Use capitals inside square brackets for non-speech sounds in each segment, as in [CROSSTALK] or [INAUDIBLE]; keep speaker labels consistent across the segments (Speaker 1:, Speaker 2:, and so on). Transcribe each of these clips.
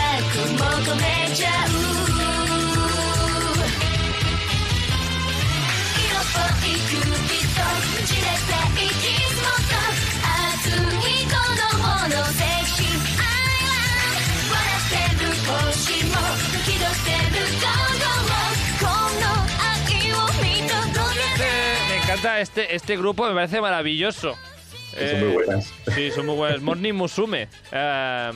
Speaker 1: 求めちゃう色っぽい空気とじれたいキスもと熱いこの炎セクシーアイラン笑ってる腰もドキドキしてる午後もこの愛を見届けて
Speaker 2: Me encanta este, este grupo, me parece maravilloso. Eh,
Speaker 3: Que son muy buenas.
Speaker 2: Sí, son muy buenas. Morning Musume. Eh,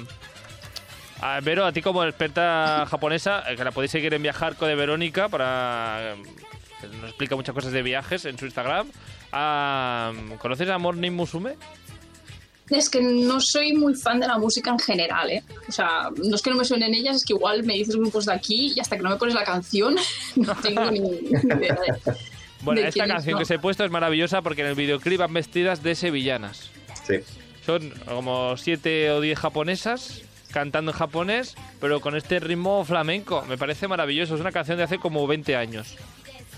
Speaker 2: a Vero, a ti como experta japonesa, eh, que la podéis seguir en Viajarco de Verónica para... eh, que Nos explica muchas cosas de viajes en su Instagram. Ah, ¿Conoces a Morning Musume?
Speaker 4: Es que no soy muy fan de la música en general, ¿eh? O sea, no es que no me suenen ellas, es que igual me dices grupos de aquí y hasta que no me pones la canción [LAUGHS] no tengo ni, ni idea. de-
Speaker 2: Bueno,
Speaker 4: ¿De
Speaker 2: esta
Speaker 4: quién es,
Speaker 2: canción
Speaker 4: no?
Speaker 2: que os he puesto es maravillosa porque en el videoclip van vestidas de sevillanas.
Speaker 3: Sí.
Speaker 2: Son como siete o diez japonesas cantando en japonés, pero con este ritmo flamenco. Me parece maravilloso. Es una canción de hace como 20 años.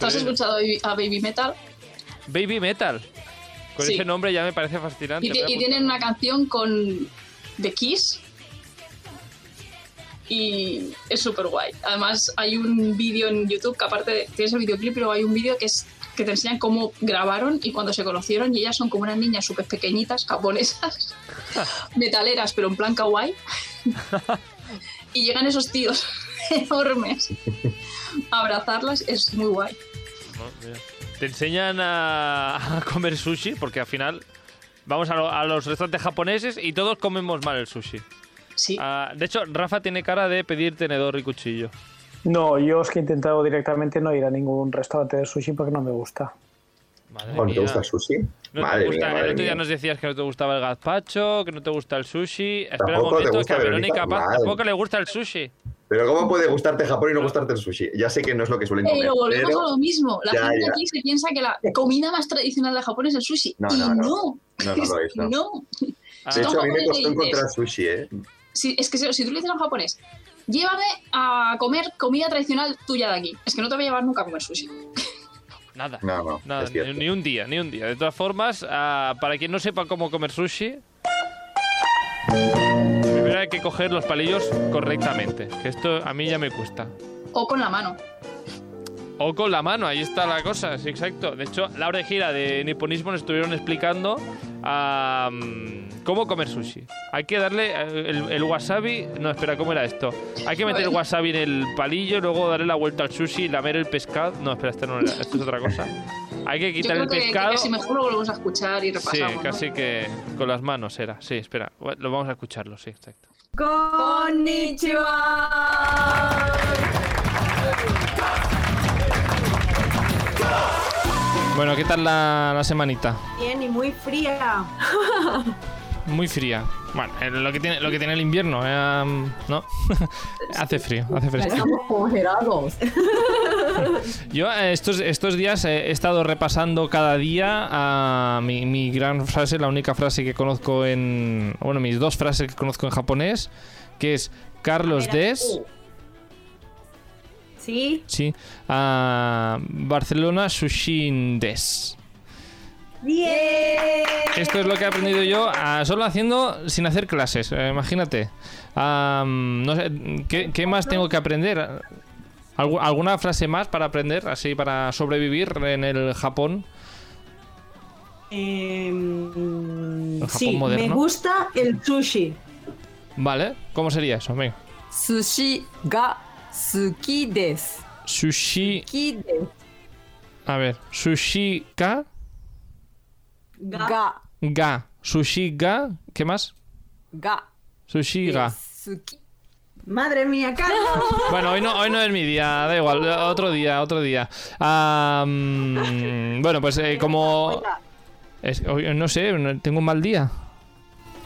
Speaker 4: ¿Tú has escuchado a Baby- a Baby Metal?
Speaker 2: Baby Metal. Con
Speaker 4: Sí.
Speaker 2: ese nombre ya me parece fascinante.
Speaker 4: Y,
Speaker 2: Voy
Speaker 4: ti-
Speaker 2: a
Speaker 4: y
Speaker 2: apuntar.
Speaker 4: tienen una canción con The Kiss. Y es súper guay. Además, hay un vídeo en YouTube que, aparte, de- tienes el videoclip, pero hay un vídeo que es que te enseñan cómo grabaron y cuando se conocieron. Y ellas son como unas niñas súper pequeñitas, japonesas, [LAUGHS] metaleras, pero en plan kawaii. [LAUGHS] y llegan esos tíos [LAUGHS] enormes a abrazarlas. Es muy guay.
Speaker 2: No, mira. Te enseñan a, a comer sushi porque al final vamos a, lo- a los restaurantes japoneses y todos comemos mal el sushi.
Speaker 4: Sí.
Speaker 2: Ah, de hecho, Rafa tiene cara de pedir tenedor y cuchillo.
Speaker 5: No, yo es que he intentado directamente no ir a ningún restaurante de sushi porque no me gusta.
Speaker 2: Madre
Speaker 3: ¿No te
Speaker 2: mía.
Speaker 3: gusta el sushi?
Speaker 2: No
Speaker 3: madre
Speaker 2: te gusta,
Speaker 3: mía,
Speaker 2: el
Speaker 3: madre
Speaker 2: otro día
Speaker 3: mía.
Speaker 2: nos decías que no te gustaba el gazpacho, que no te gusta el sushi. Espera un
Speaker 3: ¿Tampoco te
Speaker 2: momento,
Speaker 3: gusta,
Speaker 2: que a Verónica
Speaker 3: Verónica?
Speaker 2: Paz
Speaker 3: Madre.
Speaker 2: tampoco le gusta el sushi.
Speaker 3: Pero ¿cómo puede gustarte Japón y no gustarte el sushi? Ya sé que no es lo que suelen comer.
Speaker 4: Pero volvemos
Speaker 3: pero-
Speaker 4: a lo mismo. La
Speaker 3: Ya,
Speaker 4: gente
Speaker 3: ya.
Speaker 4: aquí se piensa que la comida más tradicional de Japón es el sushi.
Speaker 3: No,
Speaker 4: y
Speaker 3: no,
Speaker 4: no.
Speaker 3: no. No, no lo es, no.
Speaker 4: No.
Speaker 2: Ah,
Speaker 3: De hecho, a mí me
Speaker 4: Japonés
Speaker 3: costó
Speaker 4: le dices.
Speaker 3: encontrar sushi, ¿eh?
Speaker 4: Si- es que si, si tú le dices a un japonés, llévame a comer comida tradicional tuya de aquí. Es que no te voy a llevar nunca a comer sushi.
Speaker 2: Nada.
Speaker 3: No, no,
Speaker 2: Nada,
Speaker 3: es cierto.
Speaker 2: ni, ni un día, ni un día. De todas formas, ah, para quien no sepa cómo comer sushi, primero hay que coger los palillos correctamente, que esto a mí ya me cuesta.
Speaker 4: O con la mano.
Speaker 2: O con la mano, ahí está la cosa, sí, exacto. De hecho, Laura y Gira de Niponismo nos estuvieron explicando ah, mm, cómo comer sushi. Hay que darle eh, el, el wasabi. No, espera, ¿cómo era esto? Hay que meter el wasabi en el palillo, luego darle la vuelta al sushi, lamer el pescado. No, espera, esto, no era, esto es otra cosa. Hay que
Speaker 4: Yo
Speaker 2: quitar
Speaker 4: creo
Speaker 2: el
Speaker 4: que, que
Speaker 2: pescado.
Speaker 4: casi mejor lo volvemos a escuchar y
Speaker 2: Sí,
Speaker 4: repasamos. ¿no?
Speaker 2: casi que con las manos era. Sí, espera, lo vamos a escucharlo, sí, exacto. Bueno, ¿qué tal la, la semanita?
Speaker 6: Bien y muy fría.
Speaker 2: Muy fría. Bueno, eh, lo que tiene, lo que tiene el invierno, eh, um, ¿no? [LAUGHS] hace frío, hace fresco.
Speaker 7: Estamos congelados.
Speaker 2: Yo eh, estos, estos días eh, he estado repasando cada día ah, mi, mi gran frase, la única frase que conozco en... Bueno, mis dos frases que conozco en japonés, que es
Speaker 6: Ah,
Speaker 2: Carlos Des...
Speaker 6: Sí,
Speaker 2: Sí. Ah, Barcelona Sushin Des.
Speaker 6: bien.
Speaker 2: Esto es lo que he aprendido yo ah, solo haciendo sin hacer clases, eh, imagínate. Ah, no sé, ¿qué, qué más tengo que aprender? ¿Algu- ¿Alguna frase más para aprender, así para sobrevivir en el Japón?
Speaker 6: Em,
Speaker 2: El Japón
Speaker 6: sí, me
Speaker 2: moderno.
Speaker 6: gusta el sushi.
Speaker 2: ¿Vale? ¿Cómo sería eso? Venga.
Speaker 7: Sushi ga suki desu.
Speaker 2: Sushi...
Speaker 7: Ki desu
Speaker 2: A ver. Sushi ka
Speaker 7: ga
Speaker 2: ga. Sushi ga... ¿Qué más?
Speaker 7: ga
Speaker 2: Sushi ga.
Speaker 7: suki.
Speaker 6: Madre mía, Carlos.
Speaker 2: Bueno, hoy no, hoy no es mi día, da igual, otro día, otro día. Ah, mm, bueno, pues eh, como... es- hoy, no sé, no- tengo un mal día.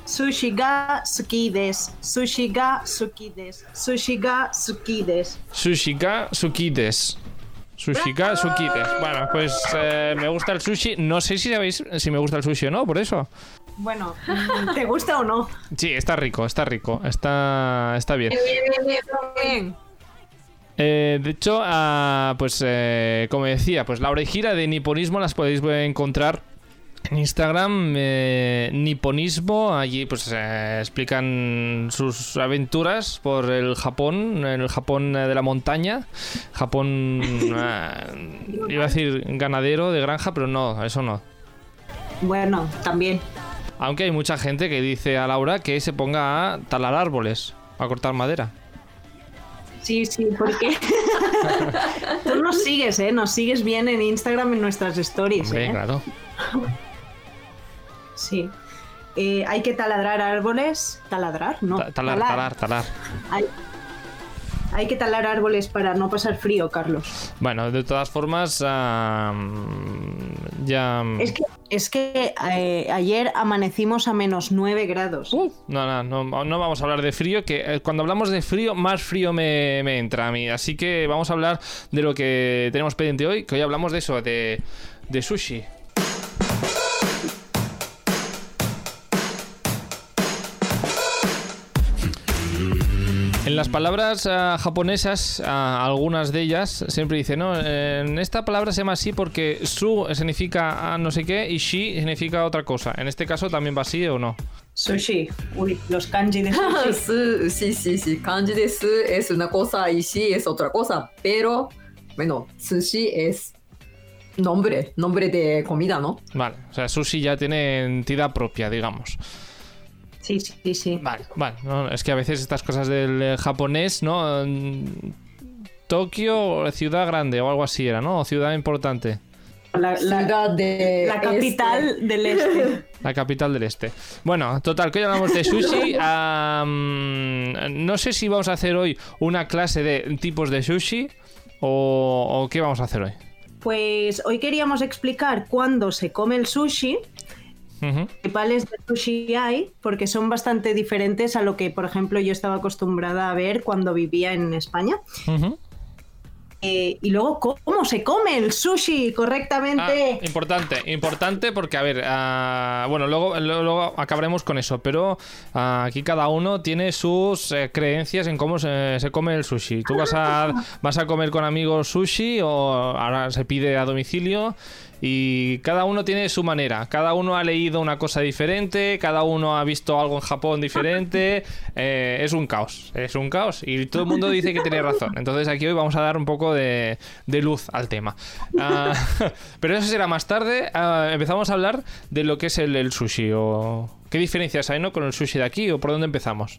Speaker 6: Sushi ga suki des. Sushi ga suki des. Sushi ga suki des.
Speaker 2: Sushika Sukites. Sushika Sukites. Bueno, pues eh, me gusta el sushi. No sé si sabéis si me gusta el sushi o no, por eso.
Speaker 6: Bueno, [LAUGHS] mm, ¿te gusta o no?
Speaker 2: Sí, está rico, está rico, está, está bien.
Speaker 7: Bien.
Speaker 2: Eh, de hecho, ah, pues eh, como decía, pues Laura y Gira de Niponismo las podéis encontrar En Instagram, eh, niponismo, allí pues eh, explican sus aventuras por el Japón, el Japón eh, de la montaña, Japón, ah, iba a decir ganadero de granja, pero no, eso no.
Speaker 6: Bueno, también.
Speaker 2: Aunque hay mucha gente que dice a Laura que se ponga a talar árboles, a cortar madera.
Speaker 6: Sí, sí, [LAUGHS] porque tú nos sigues, ¿eh? Nos sigues bien en Instagram en nuestras stories,
Speaker 2: Hombre,
Speaker 6: ¿eh?
Speaker 2: claro.
Speaker 6: Sí. Eh, hay que taladrar árboles. ¿Taladrar? No.
Speaker 2: Ta- Talar, talar, talar.
Speaker 6: Hay, hay que talar árboles para no pasar frío, Carlos.
Speaker 2: Bueno, de todas formas, ah, ya...
Speaker 6: Es que, es que eh, ayer amanecimos a menos 9 grados.
Speaker 2: Uh. No, no, no, no vamos a hablar de frío, que eh, cuando hablamos de frío, más frío me, me entra a mí. Así que vamos a hablar de lo que tenemos pendiente hoy, que hoy hablamos de eso, de, de sushi. En las palabras ah, japonesas, ah, algunas de ellas siempre dicen, no, eh, en esta palabra se llama así porque su significa ah, no sé qué y shi significa otra cosa. En este caso también va así o no.
Speaker 6: Sushi. Uy, los kanji [LAUGHS] de sushi.
Speaker 7: Su, [LAUGHS] sí, sí, sí. Kanji de su es una cosa y shi es otra cosa. Pero, bueno, sushi es nombre, nombre de comida, ¿no?
Speaker 2: Vale, o sea, sushi ya tiene entidad propia, digamos.
Speaker 6: Sí, sí, sí.
Speaker 2: Vale, vale. no, es que a veces estas cosas del eh, japonés, ¿no? Mm, Tokio, ciudad grande o algo así era, ¿no? O ciudad importante.
Speaker 6: La, la-
Speaker 7: Ciudad de
Speaker 6: la capital del eh, [LAUGHS] este.
Speaker 2: La capital del este. Bueno, total, que hoy hablamos de sushi. am, no sé si vamos a hacer hoy una clase de tipos de sushi o, o qué vamos a hacer hoy.
Speaker 6: Pues hoy queríamos explicar cuándo se come el sushi,
Speaker 2: Ujú.
Speaker 6: qué pales de sushi hay, porque son bastante diferentes a lo que, por ejemplo, yo estaba acostumbrada a ver cuando vivía en España.
Speaker 2: Ujú.
Speaker 6: Eh, y luego, ¿cómo se come el sushi
Speaker 2: Ah,
Speaker 6: correctamente?
Speaker 2: importante, importante porque, a ver, ah, bueno, luego, lo- luego acabaremos con eso, pero ah, aquí cada uno tiene sus eh, creencias en cómo se, se come el sushi. ¿Tú vas a, vas a comer con amigos sushi o ahora se pide a domicilio? Y cada uno tiene su manera, cada uno ha leído una cosa diferente, cada uno ha visto algo en Japón diferente, eh, es un caos, es un caos y todo el mundo dice que tiene razón. Entonces aquí hoy vamos a dar un poco de, de luz al tema. Ah, [LAUGHS] pero eso será más tarde, Ah, empezamos a hablar de lo que es el, el sushi o... ¿Qué diferencias hay no, con el sushi de aquí o por dónde empezamos?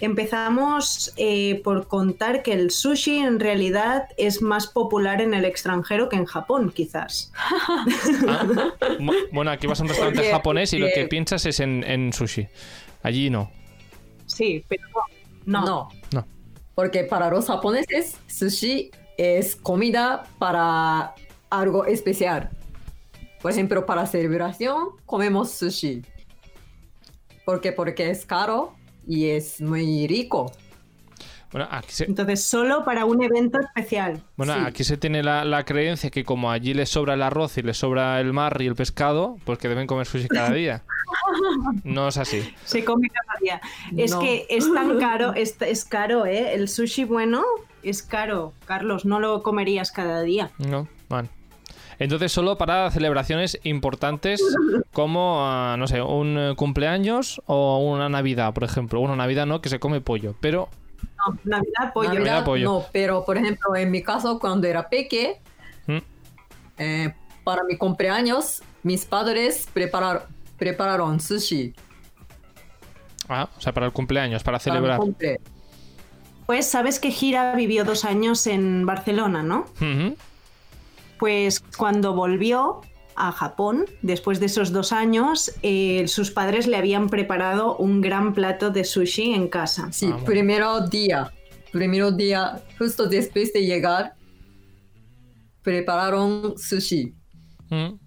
Speaker 6: Empezamos eh, por contar que el sushi en realidad es más popular en el extranjero que en Japón, quizás.
Speaker 2: Ah, mu- bueno, aquí vas a un restaurante
Speaker 7: Bien,
Speaker 2: japonés y lo que
Speaker 7: bien.
Speaker 2: piensas es en, en sushi. Allí no.
Speaker 6: Sí, pero
Speaker 7: No.
Speaker 6: no.
Speaker 2: No.
Speaker 7: Porque para los japoneses, sushi es comida para algo especial. Por ejemplo, para celebración, comemos sushi. Porque, porque es caro y es muy rico.
Speaker 2: Bueno, aquí se,
Speaker 6: Entonces, solo para un evento especial.
Speaker 2: Bueno,
Speaker 7: Sí.
Speaker 2: aquí se tiene la, la creencia que como allí les sobra el arroz y les sobra el mar y el pescado, pues que deben comer sushi cada día. No es así.
Speaker 6: Se come cada día. Es
Speaker 7: No.
Speaker 6: que es
Speaker 7: [LAUGHS]
Speaker 6: tan caro, es, es caro, ¿eh? El sushi bueno es caro, Carlos, no lo comerías cada día.
Speaker 2: No, bueno. Entonces solo para celebraciones importantes como, ah, no sé, un eh, cumpleaños o una Navidad, por ejemplo. Una Navidad no, que se come pollo, pero...
Speaker 6: No, Navidad, pollo.
Speaker 7: Navidad,
Speaker 2: Mira, pollo.
Speaker 7: No, pero por ejemplo, en mi caso, cuando era peque,
Speaker 2: Mm.
Speaker 7: eh, para mi cumpleaños, mis padres preparar- prepararon sushi.
Speaker 2: Ah, o sea, para el cumpleaños, para
Speaker 7: para mi
Speaker 2: celebrar.
Speaker 7: cumple.
Speaker 6: Pues sabes que Gira vivió dos años en Barcelona, ¿no?
Speaker 2: Ujú.
Speaker 6: Pues cuando volvió a Japón, después de esos dos años, eh, sus padres le habían preparado un gran plato de sushi en casa.
Speaker 7: Sí,
Speaker 2: Vamos.
Speaker 7: primero día, primero día, justo después de llegar, prepararon sushi.
Speaker 2: Ujú.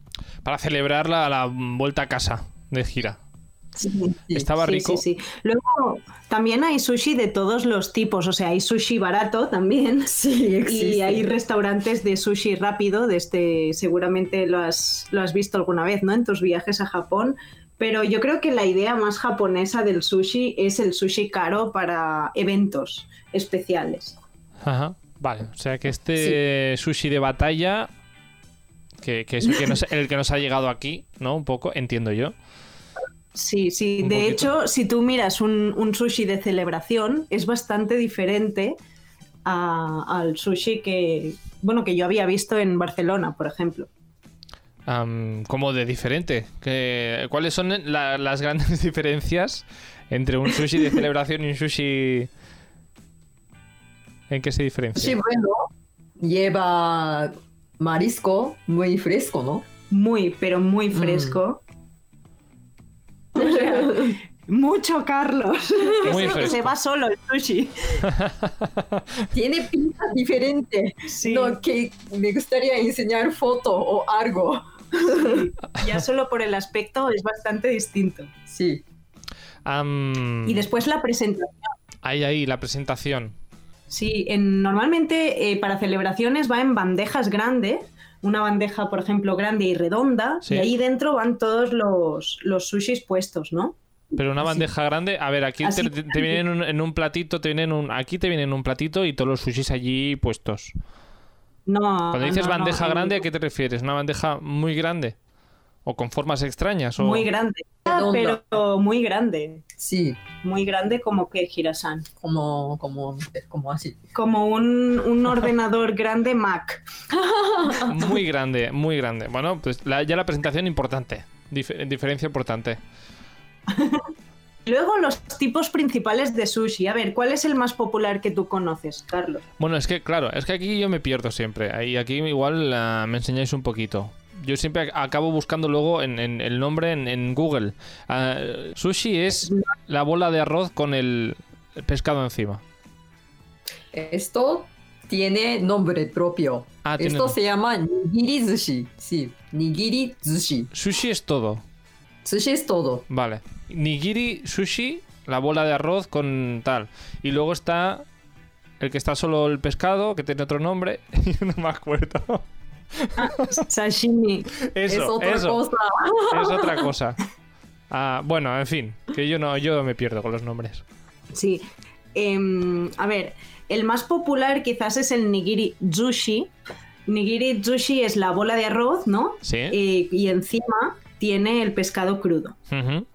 Speaker 2: Para celebrar la, la vuelta a casa de gira.
Speaker 6: Sí.
Speaker 7: Sí.
Speaker 2: Estaba
Speaker 6: Sí,
Speaker 2: rico.
Speaker 6: sí, sí. Luego también hay sushi de todos los tipos, o sea, hay sushi barato también.
Speaker 7: Sí, existe.
Speaker 6: Y hay restaurantes de sushi rápido, de este, seguramente lo has, lo has visto alguna vez, ¿no? En tus viajes a Japón. Pero yo creo que la idea más japonesa del sushi es el sushi caro para eventos especiales.
Speaker 2: Ajá. Vale, o sea que este sushi de batalla que, que es el que, nos, el que nos ha llegado aquí, ¿no? Un poco, entiendo yo.
Speaker 6: Sí, sí.
Speaker 2: Un
Speaker 6: De
Speaker 2: poquito.
Speaker 6: hecho, si tú miras un, un sushi de celebración, es bastante diferente a- al sushi que, bueno, que yo había visto en Barcelona, por ejemplo.
Speaker 2: Am, como de diferente. Que, ¿Cuáles son la- las grandes [LAUGHS] diferencias entre un sushi de celebración y un sushi... ¿En qué se diferencia?
Speaker 7: Sí, bueno, lleva marisco muy fresco, ¿no?
Speaker 6: Muy, pero muy
Speaker 2: Mm.
Speaker 6: [LAUGHS] fresco. O sea, Mucho, Carlos.
Speaker 2: Muy
Speaker 6: Es que Se
Speaker 2: fresco.
Speaker 6: va solo el sushi.
Speaker 7: Tiene pinta diferente.
Speaker 6: Sí.
Speaker 7: No, que me gustaría enseñar foto o algo.
Speaker 6: Ya solo por el aspecto es bastante distinto.
Speaker 7: Sí.
Speaker 2: Am,
Speaker 6: Y después la presentación.
Speaker 2: Ahí, ahí, la presentación.
Speaker 6: Sí, en- normalmente eh, para celebraciones va en bandejas grandes, una bandeja, por ejemplo, grande y redonda,
Speaker 2: Sí.
Speaker 6: y ahí dentro van todos los, los sushis puestos, ¿no?
Speaker 2: Pero una bandeja grande, a ver, aquí
Speaker 6: Así
Speaker 2: te, te- te vienen en un, en un platito, te vienen un, aquí te vienen en un platito y todos los sushis allí puestos.
Speaker 6: No,
Speaker 2: Cuando dices
Speaker 6: no, no,
Speaker 2: bandeja
Speaker 6: eh,
Speaker 2: grande, ¿a qué te refieres? ¿Una bandeja muy grande? ¿O con formas extrañas? O...
Speaker 6: muy grande,
Speaker 7: Redonda.
Speaker 6: pero muy grande,
Speaker 7: Sí,
Speaker 6: muy grande como que Girasan,
Speaker 7: como, como, como así.
Speaker 6: como un, un ordenador grande Mac. [LAUGHS]
Speaker 2: Muy grande, muy grande. Bueno, pues la- ya la presentación importante. Dif- diferencia importante.
Speaker 6: Luego los tipos principales de sushi. A ver, ¿cuál es el más popular que tú conoces, Carlos?
Speaker 2: Bueno, es que, claro, es que aquí yo me pierdo siempre. Ahí, aquí igual ah, me enseñáis un poquito. Yo siempre ac- acabo buscando luego en, en el nombre en, en Google. Ah, sushi es la bola de arroz con el pescado encima.
Speaker 7: Esto tiene nombre propio.
Speaker 2: Ah, tiene-
Speaker 7: Esto se llama nigiri sushi. Sí, nigiri sushi.
Speaker 2: Sushi es todo.
Speaker 7: Sushi es todo.
Speaker 2: Vale. Nigiri, sushi, la bola de arroz con tal. Y luego está el que está solo el pescado, que tiene otro nombre. [LAUGHS] Y no me acuerdo.
Speaker 6: Sashimi.
Speaker 7: es
Speaker 2: Eso,
Speaker 7: otra
Speaker 2: eso.
Speaker 7: cosa.
Speaker 2: Es otra cosa. Ah, bueno, en fin, que yo no, yo me pierdo con los nombres.
Speaker 6: Sí. Em, a ver, el más popular quizás es el nigiri zushi. Nigiri zushi es la bola de arroz, ¿no?
Speaker 2: ¿Sí?
Speaker 6: Eh, y encima tiene el pescado crudo.
Speaker 2: Ujú.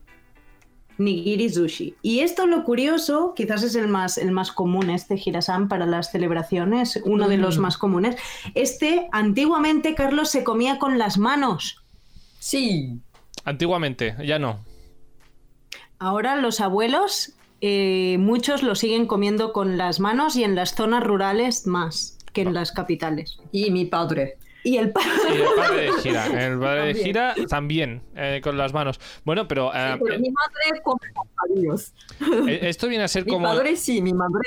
Speaker 6: Nigiri zushi. Y esto lo curioso, quizás es el más, el más común, este girasan para las celebraciones, uno de los
Speaker 7: Mm.
Speaker 6: más comunes. Este, antiguamente, Carlos, se comía con las manos.
Speaker 7: Sí.
Speaker 2: Antiguamente, ya no.
Speaker 6: Ahora los abuelos, eh, muchos lo siguen comiendo con las manos y en las zonas rurales más que en las capitales.
Speaker 7: Y mi padre.
Speaker 6: Y el padre
Speaker 2: Y el padre de gira. El padre de
Speaker 7: También.
Speaker 2: gira también, eh, con las manos. Bueno, pero eh,
Speaker 7: Pero mi madre come con palillos.
Speaker 2: eh, esto viene a ser
Speaker 7: Mi
Speaker 2: como.
Speaker 7: padre sí, mi madre.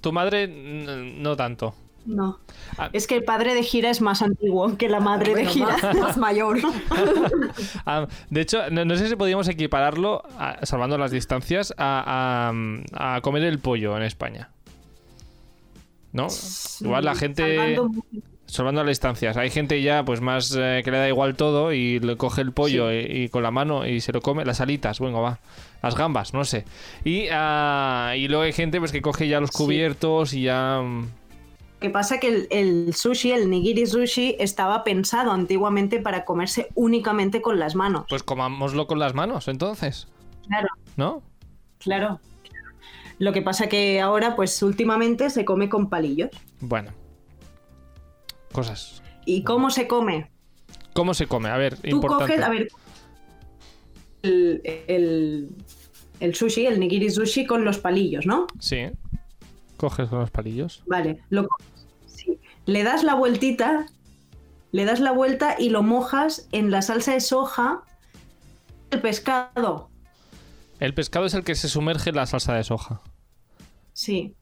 Speaker 2: Tu madre, mm, no tanto.
Speaker 6: [LAUGHS] No.
Speaker 2: Ah.
Speaker 6: Es que el padre de gira es más antiguo que la madre de
Speaker 7: Bueno,
Speaker 6: gira. [LAUGHS]
Speaker 7: más,
Speaker 2: [LAUGHS]
Speaker 7: más mayor.
Speaker 2: Ah, de hecho, no, no sé si podríamos equipararlo, a- salvando las distancias, a, a- a comer el pollo en España. ¿No? Igual la gente.
Speaker 6: Salvando muy-
Speaker 2: Salvando las distancias. Hay gente ya pues más eh, que le da igual todo y le coge el pollo y, y con la mano y se lo come. Las alitas, bueno, va. Las gambas, no sé. Y, ah, y luego hay gente pues que coge ya los cubiertos y ya... mm,
Speaker 6: Que pasa que el, el sushi, el nigiri sushi, estaba pensado antiguamente para comerse únicamente con las manos.
Speaker 2: Pues comámoslo con las manos, entonces.
Speaker 6: Claro.
Speaker 2: ¿No?
Speaker 6: Claro. Lo que pasa que ahora, pues últimamente se come con palillos.
Speaker 2: Bueno. Cosas.
Speaker 6: ¿Y cómo se come?
Speaker 2: ¿Cómo se come? A ver,
Speaker 6: Tú
Speaker 2: importante.
Speaker 6: coges, a ver, el, el- el sushi, el nigiri sushi con los palillos, ¿no?
Speaker 2: Sí. Coges con los palillos.
Speaker 6: Vale, lo coges, sí. Le das la vueltita, le das la vuelta y lo mojas en la salsa de soja, el pescado.
Speaker 2: El pescado es el que se sumerge en la salsa de soja.
Speaker 6: Sí.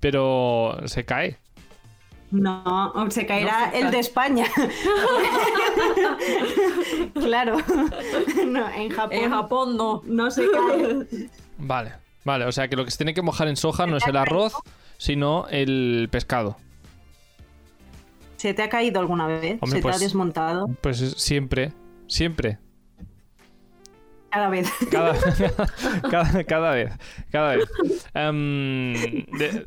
Speaker 2: Pero se cae.
Speaker 6: No, se caerá
Speaker 7: No se
Speaker 6: el
Speaker 7: cae.
Speaker 6: de [LAUGHS] España. claro. No, en Japón.
Speaker 7: En Japón no.
Speaker 6: No se cae.
Speaker 2: Vale, vale, o sea que lo que se tiene que mojar en soja no es el arroz, sino el pescado.
Speaker 6: ¿Se te ha caído alguna vez?
Speaker 2: Hombre,
Speaker 6: ¿Se
Speaker 2: pues-
Speaker 6: te ha desmontado?
Speaker 2: Pues es siempre, siempre,
Speaker 6: Cada vez.
Speaker 2: cada, [LAUGHS] cada, cada vez, cada vez. Em, de-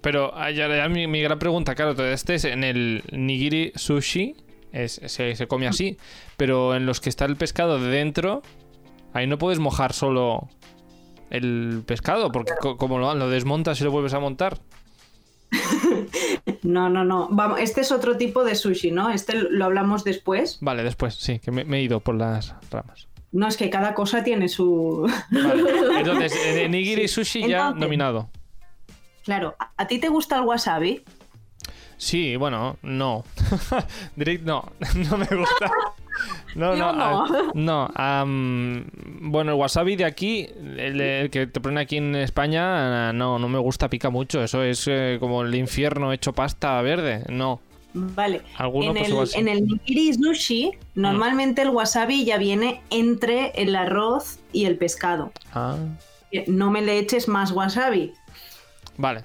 Speaker 2: pero ah, ya, ya mi, mi gran pregunta, claro, todo este es en el nigiri sushi, es- se, se come así. Pero en los que está el pescado de dentro, ahí no puedes mojar solo el pescado, porque co- como lo, lo desmontas y lo vuelves a montar.
Speaker 6: No, no, no. Vamos, este es otro tipo de sushi, ¿no? Este lo hablamos después.
Speaker 2: Vale, después, sí, que me, me he ido por las ramas.
Speaker 6: No, es que cada cosa tiene su... [LAUGHS]
Speaker 2: Vale, entonces, eh, nigiri sushi ya
Speaker 6: Entonces-
Speaker 2: nominado.
Speaker 6: Claro, ¿a- ¿a ti te gusta el wasabi?
Speaker 2: Sí, bueno, no. [LAUGHS] Direct, no, [LAUGHS] no me gusta. No,
Speaker 6: Yo
Speaker 2: no. ah, no, am, bueno, el wasabi de aquí, el, el que te ponen aquí en España, ah, no, no me gusta, pica mucho. Eso es eh, como el infierno hecho pasta verde. No.
Speaker 6: Vale.
Speaker 2: Alguno,
Speaker 6: en,
Speaker 2: pues,
Speaker 6: el,
Speaker 2: igual sí. Mm.
Speaker 6: en el nigiri sushi, normalmente el wasabi ya viene entre el arroz y el pescado.
Speaker 2: Ah,
Speaker 6: No me le eches más wasabi.
Speaker 2: vale.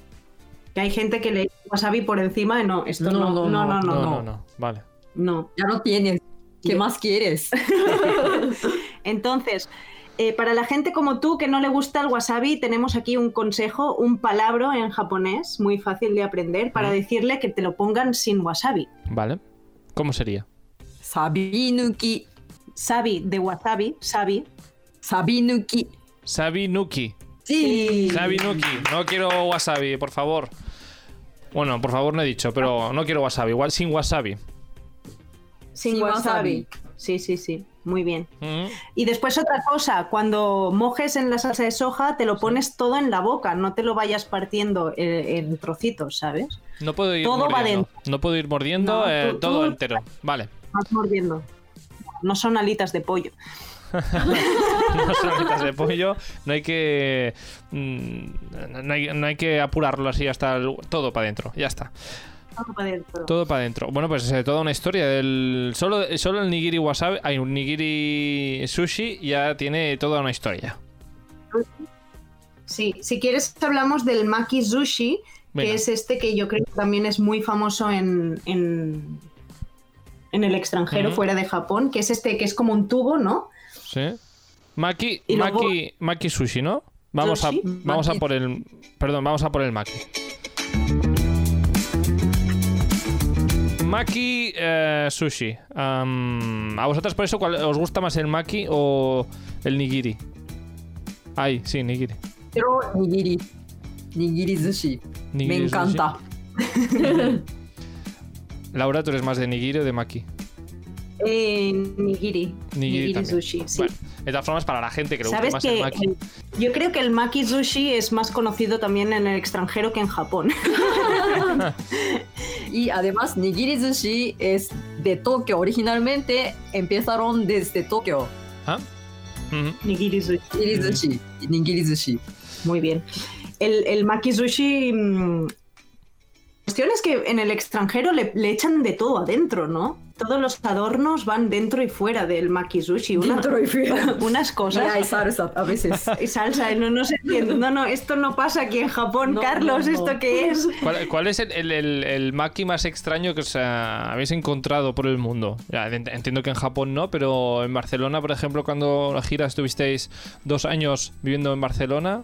Speaker 6: Que hay gente que le echa wasabi por encima. No, esto no,
Speaker 7: No,
Speaker 6: no, no, no, no.
Speaker 2: No, no, no. Vale.
Speaker 7: Ya lo tienes. ¿Qué más
Speaker 2: [LAUGHS]
Speaker 7: quieres?
Speaker 6: Entonces, eh, para la gente como tú que no le gusta el wasabi, tenemos aquí un consejo, un palabra en japonés, muy fácil de aprender, para
Speaker 2: Mm.
Speaker 6: decirle que te lo pongan sin wasabi.
Speaker 2: Vale. ¿Cómo sería?
Speaker 7: Sabinuki.
Speaker 6: Sabi de wasabi, sabi.
Speaker 7: Sabinuki.
Speaker 2: Sabinuki.
Speaker 7: Sí.
Speaker 2: Sabinuki. No quiero wasabi, por favor. Bueno, por favor no he dicho, pero no quiero wasabi. Igual sin wasabi.
Speaker 6: Sin,
Speaker 7: Sin
Speaker 6: wasabi.
Speaker 7: wasabi.
Speaker 6: Sí, sí, sí. Muy bien.
Speaker 2: Mm.
Speaker 6: Y después otra cosa, cuando mojes en la salsa de soja, te lo pones todo en la boca, no te lo vayas partiendo eh, en, trocitos, ¿sabes?
Speaker 2: No puedo ir
Speaker 6: Todo va
Speaker 2: mordiendo.
Speaker 6: dentro.
Speaker 2: No puedo ir mordiendo
Speaker 6: No,
Speaker 2: eh,
Speaker 6: tú-
Speaker 2: todo
Speaker 6: tú-
Speaker 2: entero.
Speaker 6: [LAUGHS]
Speaker 2: Vale.
Speaker 6: Vas mordiendo. No son alitas de pollo.
Speaker 2: No son alitas de pollo. No hay que. mm, No hay, no hay que apurarlo así hasta el- todo para adentro. Ya está.
Speaker 6: Todo para dentro.
Speaker 2: Todo para adentro. Bueno, pues eh, toda una historia. Del, solo, solo el nigiri wasabi. Hay un nigiri sushi. Ya tiene toda una historia.
Speaker 6: Sí, si quieres hablamos del maki sushi,
Speaker 2: Venga.
Speaker 6: que es este que yo creo que también es muy famoso en, en, en el extranjero,
Speaker 2: Ujú.
Speaker 6: fuera de Japón, que es este que es como un tubo, ¿no?
Speaker 2: ¿Sí? Maki,
Speaker 6: Y luego-
Speaker 2: maki, maki sushi, ¿no? Vamos a,
Speaker 6: Sushi,
Speaker 2: vamos a
Speaker 7: maki.
Speaker 2: por el. Perdón, vamos a por el maki. Maki eh, sushi. Am, ¿A vosotras por eso cuál os gusta más el maki o el nigiri? Ay, sí, nigiri.
Speaker 6: Pero
Speaker 7: Nigiri. Nigiri sushi. Me
Speaker 2: Nigiri sushi.
Speaker 7: encanta.
Speaker 2: Laura, ¿tú eres más de nigiri o de maki?
Speaker 6: eh, nigiri,
Speaker 2: Nigiri
Speaker 6: nigiri,
Speaker 2: también.
Speaker 6: sushi, sí.
Speaker 2: Bueno, de todas formas, para la gente que le gusta
Speaker 6: Sabes
Speaker 2: más
Speaker 6: que
Speaker 2: el maki.
Speaker 6: el- yo creo que el maki sushi es más conocido también en el extranjero que en Japón. [LAUGHS]
Speaker 7: Y además, Nigiri Sushi es de Tokio. Originalmente empezaron desde Tokio.
Speaker 2: ¿Ah? Ujú.
Speaker 6: nigiri sushi.
Speaker 7: Nigiri Sushi. Nigiri Sushi.
Speaker 6: Muy bien. El, el maki sushi. mm, La cuestión es que en el extranjero le, le echan de todo adentro, ¿no? Todos los adornos van dentro y fuera del maki sushi. Una-
Speaker 7: Dentro y fuera.
Speaker 6: [LAUGHS] Unas
Speaker 7: Y hay
Speaker 6: cosas.
Speaker 7: salsa a veces.
Speaker 6: Y salsa, no, no se entiende. No, no, esto no pasa aquí en Japón,
Speaker 7: No,
Speaker 6: Carlos.
Speaker 7: no, no.
Speaker 6: ¿Esto qué es?
Speaker 2: ¿Cuál, cuál es el, el- el- el maki más extraño que os ah, habéis encontrado por el mundo? Ya, ent- entiendo que en Japón no, pero en Barcelona, por ejemplo, cuando la gira estuvisteis dos años viviendo en Barcelona.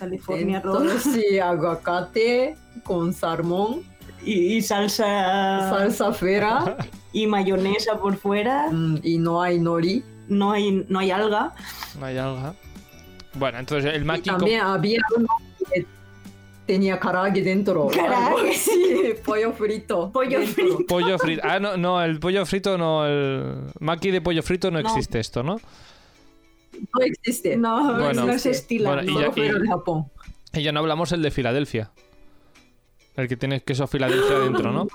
Speaker 6: California roll.
Speaker 7: Entonces, sí, aguacate con salmón,
Speaker 6: Y, y salsa.
Speaker 7: salsa fera
Speaker 6: Y mayonesa por fuera.
Speaker 7: mm, y no hay nori.
Speaker 6: No hay, no hay alga.
Speaker 2: No hay alga. Bueno, entonces el
Speaker 7: Y
Speaker 2: maki.
Speaker 7: también había uno que tenía karage dentro.
Speaker 6: Karage.
Speaker 7: Algo así, pollo frito.
Speaker 6: [LAUGHS] Pollo
Speaker 7: dentro.
Speaker 2: con Pollo frito. Ah, no, no, el pollo frito no. El maki de pollo frito no,
Speaker 6: No.
Speaker 2: existe esto, ¿no?
Speaker 7: No existe.
Speaker 6: No,
Speaker 2: Bueno,
Speaker 6: no se estila.
Speaker 2: bueno, y ya-
Speaker 6: no.
Speaker 7: Solo fuera de Japón.
Speaker 2: Y ya no hablamos el de Filadelfia. El que tiene queso Filadelfia dentro, ¿no?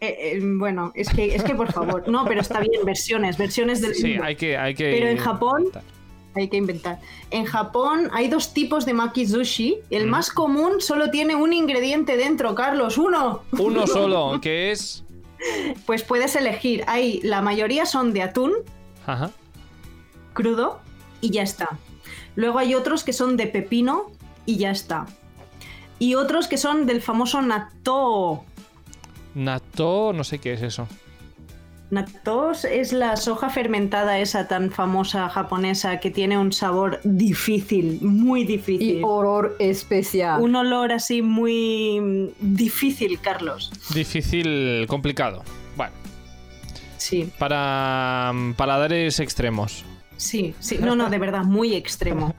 Speaker 6: Eh, eh, bueno, es que, es que por favor. No, pero está bien, versiones, versiones del
Speaker 2: Sí,
Speaker 6: mundo.
Speaker 2: hay que. Hay que
Speaker 6: Pero en Japón- Hay que inventar. En Japón hay dos tipos de maki sushi. El
Speaker 2: Mm.
Speaker 6: más común solo tiene un ingrediente dentro, Carlos, uno.
Speaker 2: Uno solo, que es.
Speaker 6: Pues puedes elegir. Hay, la mayoría son de atún
Speaker 2: Ajá.
Speaker 6: crudo y ya está. Luego hay otros que son de pepino y ya está. Y otros que son del famoso natto.
Speaker 2: Nato, no sé qué es eso.
Speaker 6: Natto es la soja fermentada esa tan famosa japonesa que tiene un sabor difícil, muy difícil.
Speaker 7: Y oh, horror especial.
Speaker 6: Un olor así muy mm, difícil, Carlos.
Speaker 2: Difícil, complicado. Bueno,
Speaker 6: sí,
Speaker 2: para mm, paladares extremos.
Speaker 6: sí, sí. No, no, de verdad, muy extremo.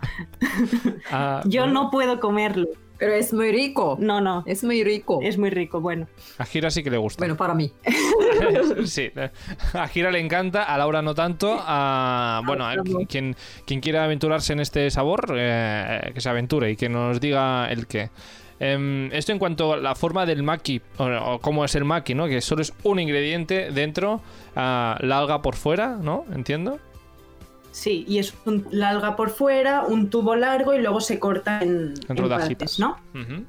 Speaker 2: Ah,
Speaker 6: Yo
Speaker 2: bueno,
Speaker 6: no puedo comerlo.
Speaker 7: Pero es muy rico.
Speaker 6: No, no.
Speaker 7: Es muy rico.
Speaker 6: Es muy rico, bueno.
Speaker 2: A Gira sí que le gusta.
Speaker 7: Bueno, para mí.
Speaker 2: [LAUGHS] sí, eh, a Gira le encanta, a Laura no tanto. A, bueno, a
Speaker 6: Laura no.
Speaker 2: quien, quien quiera aventurarse en este sabor, eh, que se aventure y que nos diga el qué. Em, esto en cuanto a la forma del maki, o, o cómo es el maki, ¿no? Que solo es un ingrediente dentro, ah, la alga por fuera, ¿no? Entiendo.
Speaker 6: Sí, y es un- la alga por fuera, un tubo largo y luego se corta en, en
Speaker 2: rodajitas.
Speaker 6: partes, ¿no?
Speaker 2: Ujú.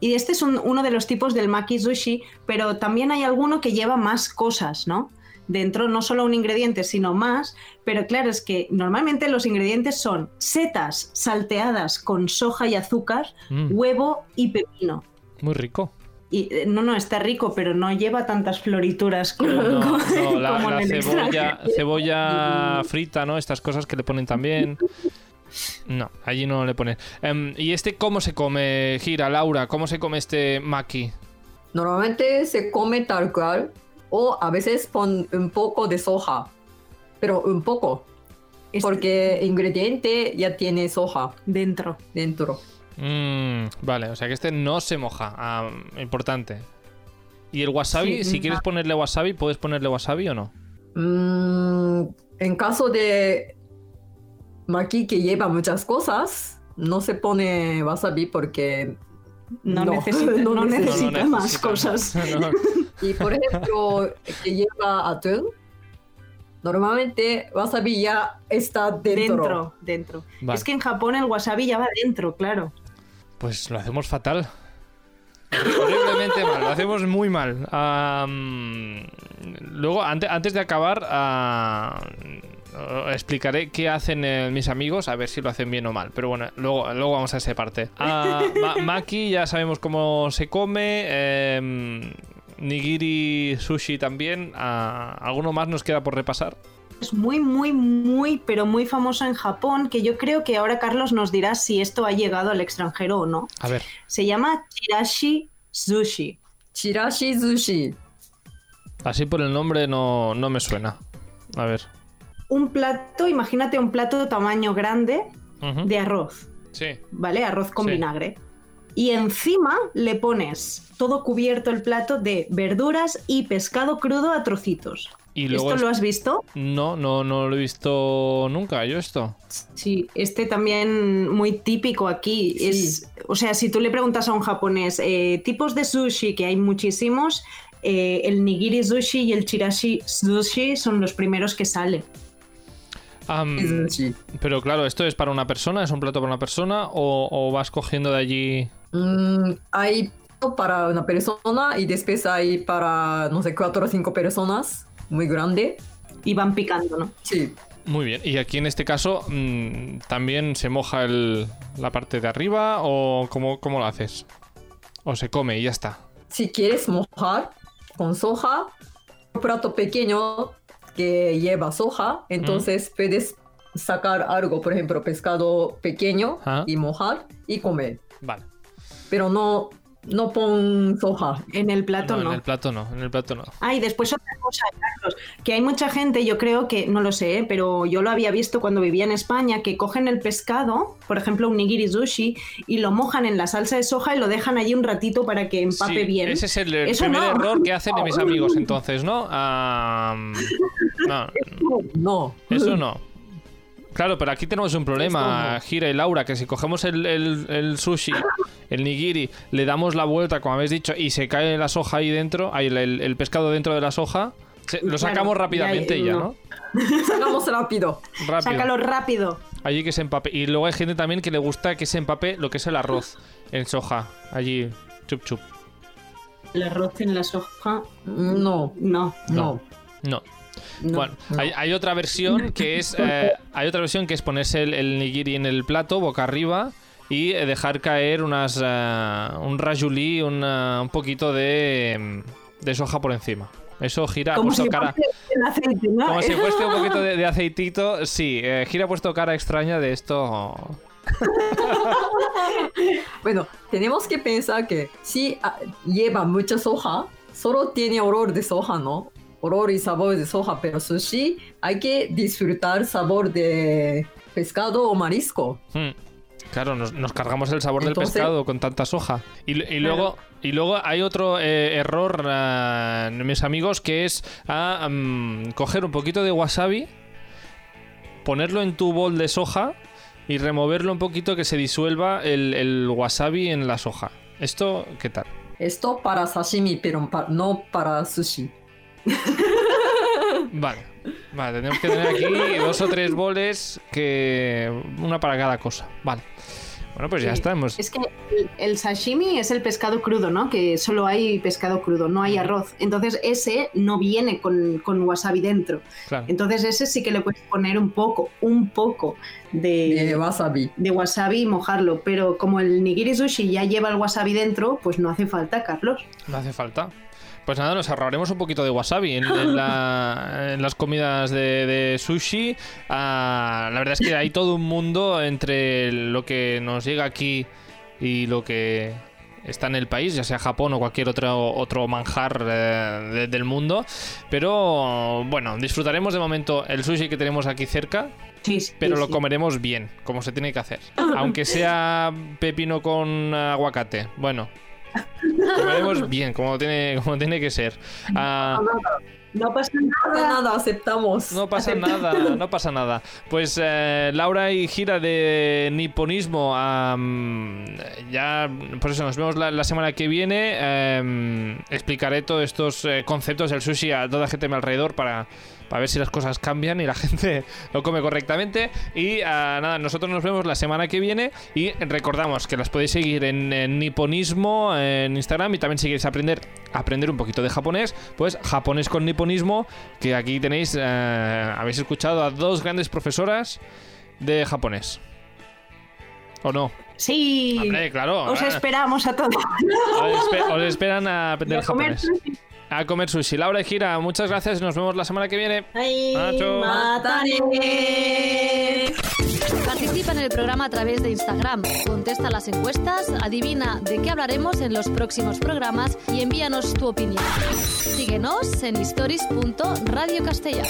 Speaker 6: Y este es un- uno de los tipos del maki sushi, pero también hay alguno que lleva más cosas, ¿no? Dentro no solo un ingrediente, sino más. Pero claro, es que normalmente los ingredientes son setas salteadas con soja y azúcar,
Speaker 2: Mm,
Speaker 6: huevo y pepino.
Speaker 2: muy rico.
Speaker 6: Y eh, no, no, está rico, pero no lleva tantas florituras co-
Speaker 2: No,
Speaker 6: co-
Speaker 2: no, la,
Speaker 6: [LAUGHS] como
Speaker 2: la
Speaker 6: en el
Speaker 2: cebolla,
Speaker 6: extranjero.
Speaker 2: cebolla frita, ¿no? Estas cosas que le ponen también. No, allí no le ponen. Em, ¿Y este cómo se come, Gira, Laura? ¿Cómo se come este maki?
Speaker 7: Normalmente se come tal cual o a veces con un poco de soja, pero un poco,
Speaker 6: Es
Speaker 7: porque el ingrediente ya tiene soja
Speaker 6: Dentro.
Speaker 7: dentro.
Speaker 2: Mm, vale, o sea que este no se moja. Ah, importante. ¿Y el wasabi?
Speaker 7: Sí,
Speaker 2: si
Speaker 7: mm,
Speaker 2: quieres ponerle wasabi, ¿puedes ponerle wasabi o
Speaker 6: [LAUGHS]
Speaker 2: no?
Speaker 7: Mm, en caso de maki que lleva muchas cosas, no se pone wasabi porque
Speaker 6: No,
Speaker 7: No, [LAUGHS]
Speaker 6: necesita,
Speaker 7: no
Speaker 6: no
Speaker 7: necesita.
Speaker 6: necesita
Speaker 2: No, no
Speaker 6: más
Speaker 2: necesita.
Speaker 6: cosas.
Speaker 2: [LAUGHS] No.
Speaker 7: Y por ejemplo, que lleva atún, normalmente wasabi ya está dentro.
Speaker 6: Dentro, dentro.
Speaker 2: Vale.
Speaker 6: Es que en Japón el wasabi ya va dentro, claro.
Speaker 2: Pues lo hacemos fatal. Horriblemente mal, lo hacemos muy mal. Am, luego, ante- antes, de acabar, ah, eh, explicaré qué hacen eh, mis amigos, a ver si lo hacen bien o mal. Pero bueno, luego, luego vamos a esa parte. Ah, Ma- maki, ya sabemos cómo se come. em, nigiri, sushi también. Ah, ¿Alguno más nos queda por repasar?
Speaker 6: Es muy, muy, muy, pero muy famoso en Japón, que yo creo que ahora Carlos nos dirá si esto ha llegado al extranjero o no.
Speaker 2: A ver.
Speaker 6: Se llama Chirashi Sushi.
Speaker 7: Chirashi sushi.
Speaker 2: Así por el nombre no, no me suena. A ver.
Speaker 6: Un plato, imagínate un plato tamaño grande
Speaker 2: Ujú.
Speaker 6: de arroz,
Speaker 2: Sí.
Speaker 6: ¿vale? Arroz con
Speaker 2: Sí.
Speaker 6: vinagre. Y encima le pones todo cubierto el plato de verduras y pescado crudo a trocitos.
Speaker 2: Y luego
Speaker 6: ¿Esto lo has visto?
Speaker 2: No, no, no lo he visto nunca yo esto.
Speaker 6: Sí, este también muy típico aquí.
Speaker 7: Sí.
Speaker 6: Es, o sea, si tú le preguntas a un japonés eh, tipos de sushi, que hay muchísimos, eh, el nigiri sushi y el chirashi sushi son los primeros que salen.
Speaker 2: Am,
Speaker 7: sushi.
Speaker 2: pero claro, ¿esto es para una persona? ¿Es un plato para una persona? ¿O, o vas cogiendo de allí...?
Speaker 7: Mm, hay para una persona y después hay para, no sé, cuatro o cinco personas. Muy grande.
Speaker 6: Y van picando, ¿no?
Speaker 7: Sí.
Speaker 2: Muy bien. Y aquí en este caso mm, también se moja el- la parte de arriba o cómo, cómo lo haces? ¿O se come y ya está?
Speaker 7: Si quieres mojar con soja, un plato pequeño que lleva soja, entonces puedes sacar algo, por ejemplo, pescado pequeño
Speaker 2: Ajá.
Speaker 7: y mojar y comer.
Speaker 2: Vale.
Speaker 7: pero no, no pon soja.
Speaker 6: En el plato
Speaker 2: No,
Speaker 6: no.
Speaker 2: En el plato no, en el plato no.
Speaker 6: Ah, y después otra cosa, Carlos, que hay mucha gente, yo creo que, no lo sé, ¿eh? pero yo lo había visto cuando vivía en España, que cogen el pescado, por ejemplo, un nigiri sushi, y lo mojan en la salsa de soja y lo dejan allí un ratito para que empape
Speaker 2: Sí,
Speaker 6: bien.
Speaker 2: Ese es el, el
Speaker 6: Eso
Speaker 2: primer
Speaker 6: no.
Speaker 2: error que hacen mis amigos entonces, ¿no?
Speaker 6: [LAUGHS]
Speaker 2: Am, no,
Speaker 7: No.
Speaker 2: Mm. Eso
Speaker 7: [LAUGHS]
Speaker 2: no. Claro, pero aquí tenemos un problema, Gira y Laura, que si cogemos el, el- el sushi, el nigiri, le damos la vuelta, como habéis dicho, y se cae la soja ahí dentro, ahí el, el- el pescado dentro de la soja, se- lo
Speaker 6: Claro,
Speaker 2: sacamos
Speaker 6: ya,
Speaker 2: rápidamente y ya, ¿no?
Speaker 7: Sacamos rápido.
Speaker 2: Rápido.
Speaker 6: Sácalo rápido.
Speaker 2: Allí que se empape. Y luego hay gente también que le gusta que se empape lo que es el arroz en soja. Allí, chup chup.
Speaker 6: El arroz en la soja,
Speaker 7: No,
Speaker 6: no.
Speaker 7: no.
Speaker 2: No.
Speaker 7: no,
Speaker 2: bueno,
Speaker 7: no.
Speaker 2: Hay, hay otra versión que
Speaker 7: [LAUGHS]
Speaker 2: es eh, hay otra versión que es ponerse el, el nigiri en el plato boca arriba y eh, dejar caer unas eh, un rajulí, una- un poquito de, mm, de soja por encima. Eso gira ha
Speaker 6: Como
Speaker 2: puesto
Speaker 6: si
Speaker 2: cara.
Speaker 6: fuese el aceite, ¿no?
Speaker 2: Ah, pues Como si fuese un poquito de, de aceitito, sí. eh, gira ha puesto cara extraña de esto.
Speaker 7: Bueno, tenemos que pensar que si ah, lleva mucha soja, solo tiene olor de soja, ¿no? Olor y sabor de soja, pero sushi hay que disfrutar sabor de pescado o marisco.
Speaker 2: Mm. Claro, nos, nos cargamos el sabor
Speaker 7: Entonces-
Speaker 2: del pescado con tanta soja. Y, l- y luego, y luego hay otro eh, error, ah, mis amigos, que es ah, mm, coger un poquito de wasabi, ponerlo en tu bol de soja y removerlo un poquito que se disuelva el, el wasabi en la soja. ¿Esto qué tal?
Speaker 7: Esto para sashimi, pero pa- no para sushi.
Speaker 2: Vale. Vale, tenemos que tener
Speaker 6: [LAUGHS]
Speaker 2: aquí dos o tres boles que una para cada cosa. Vale. Bueno, pues ya
Speaker 6: Sí.
Speaker 2: está. Hemos,
Speaker 6: [LAUGHS] Es que el, el sashimi es el pescado crudo, ¿no? Que solo hay pescado crudo, no
Speaker 2: Mm.
Speaker 6: hay arroz. Entonces ese no viene con, con wasabi dentro.
Speaker 2: claro.
Speaker 6: Entonces ese sí que le puedes poner un poco, un poco
Speaker 7: De
Speaker 6: de,
Speaker 7: wasabi.
Speaker 6: de wasabi y mojarlo. Pero como el nigiri sushi ya lleva el wasabi dentro, pues no hace falta, Carlos.
Speaker 2: No hace falta. Pues nada, nos ahorraremos un poquito de wasabi en, en la- en las comidas de, de sushi. Ah, la verdad es que hay todo un mundo entre lo que nos llega aquí y lo que está en el país, ya sea Japón o cualquier otro, otro manjar eh, de- del mundo. Pero bueno, disfrutaremos de momento el sushi que tenemos aquí cerca,
Speaker 6: Sí, sí,
Speaker 2: pero lo
Speaker 6: sí.
Speaker 2: comeremos bien, como se tiene que hacer. Aunque sea pepino con aguacate. Bueno.
Speaker 6: [LAUGHS]
Speaker 2: Comeremos bien, como tiene, como tiene que ser. Ah,
Speaker 6: No pasa
Speaker 7: Nada,
Speaker 6: nada.
Speaker 7: nada, aceptamos.
Speaker 2: no pasa nada, no pasa nada. Pues eh, Laura y Gira de Niponismo, am, ya, por eso nos vemos la, la semana que viene. Em, explicaré todos estos eh, conceptos del sushi a toda gente a mi alrededor para, para ver si las cosas cambian y la [LAUGHS] gente lo come correctamente. Y ah, nada, nosotros nos vemos la semana que viene y recordamos que las podéis seguir en, en Niponismo, en Instagram y también si queréis aprender, aprender un poquito de japonés, pues japonés con Niponismo, que aquí tenéis, eh, habéis escuchado a dos grandes profesoras de japonés. ¿O no?
Speaker 6: Sí.
Speaker 2: Hombre, claro.
Speaker 6: Os
Speaker 2: ah,
Speaker 6: esperamos a todos.
Speaker 2: os espe- os esperan a aprender
Speaker 6: A comer
Speaker 2: japonés. A comer sushi. Laura y Gira, muchas gracias y nos vemos la semana que viene.
Speaker 6: Ay,
Speaker 2: Nacho.
Speaker 6: matane.
Speaker 8: Participa en el programa a través de Instagram, contesta las encuestas, adivina de qué hablaremos en los próximos programas y envíanos tu opinión. Síguenos en stories.radio Castellar.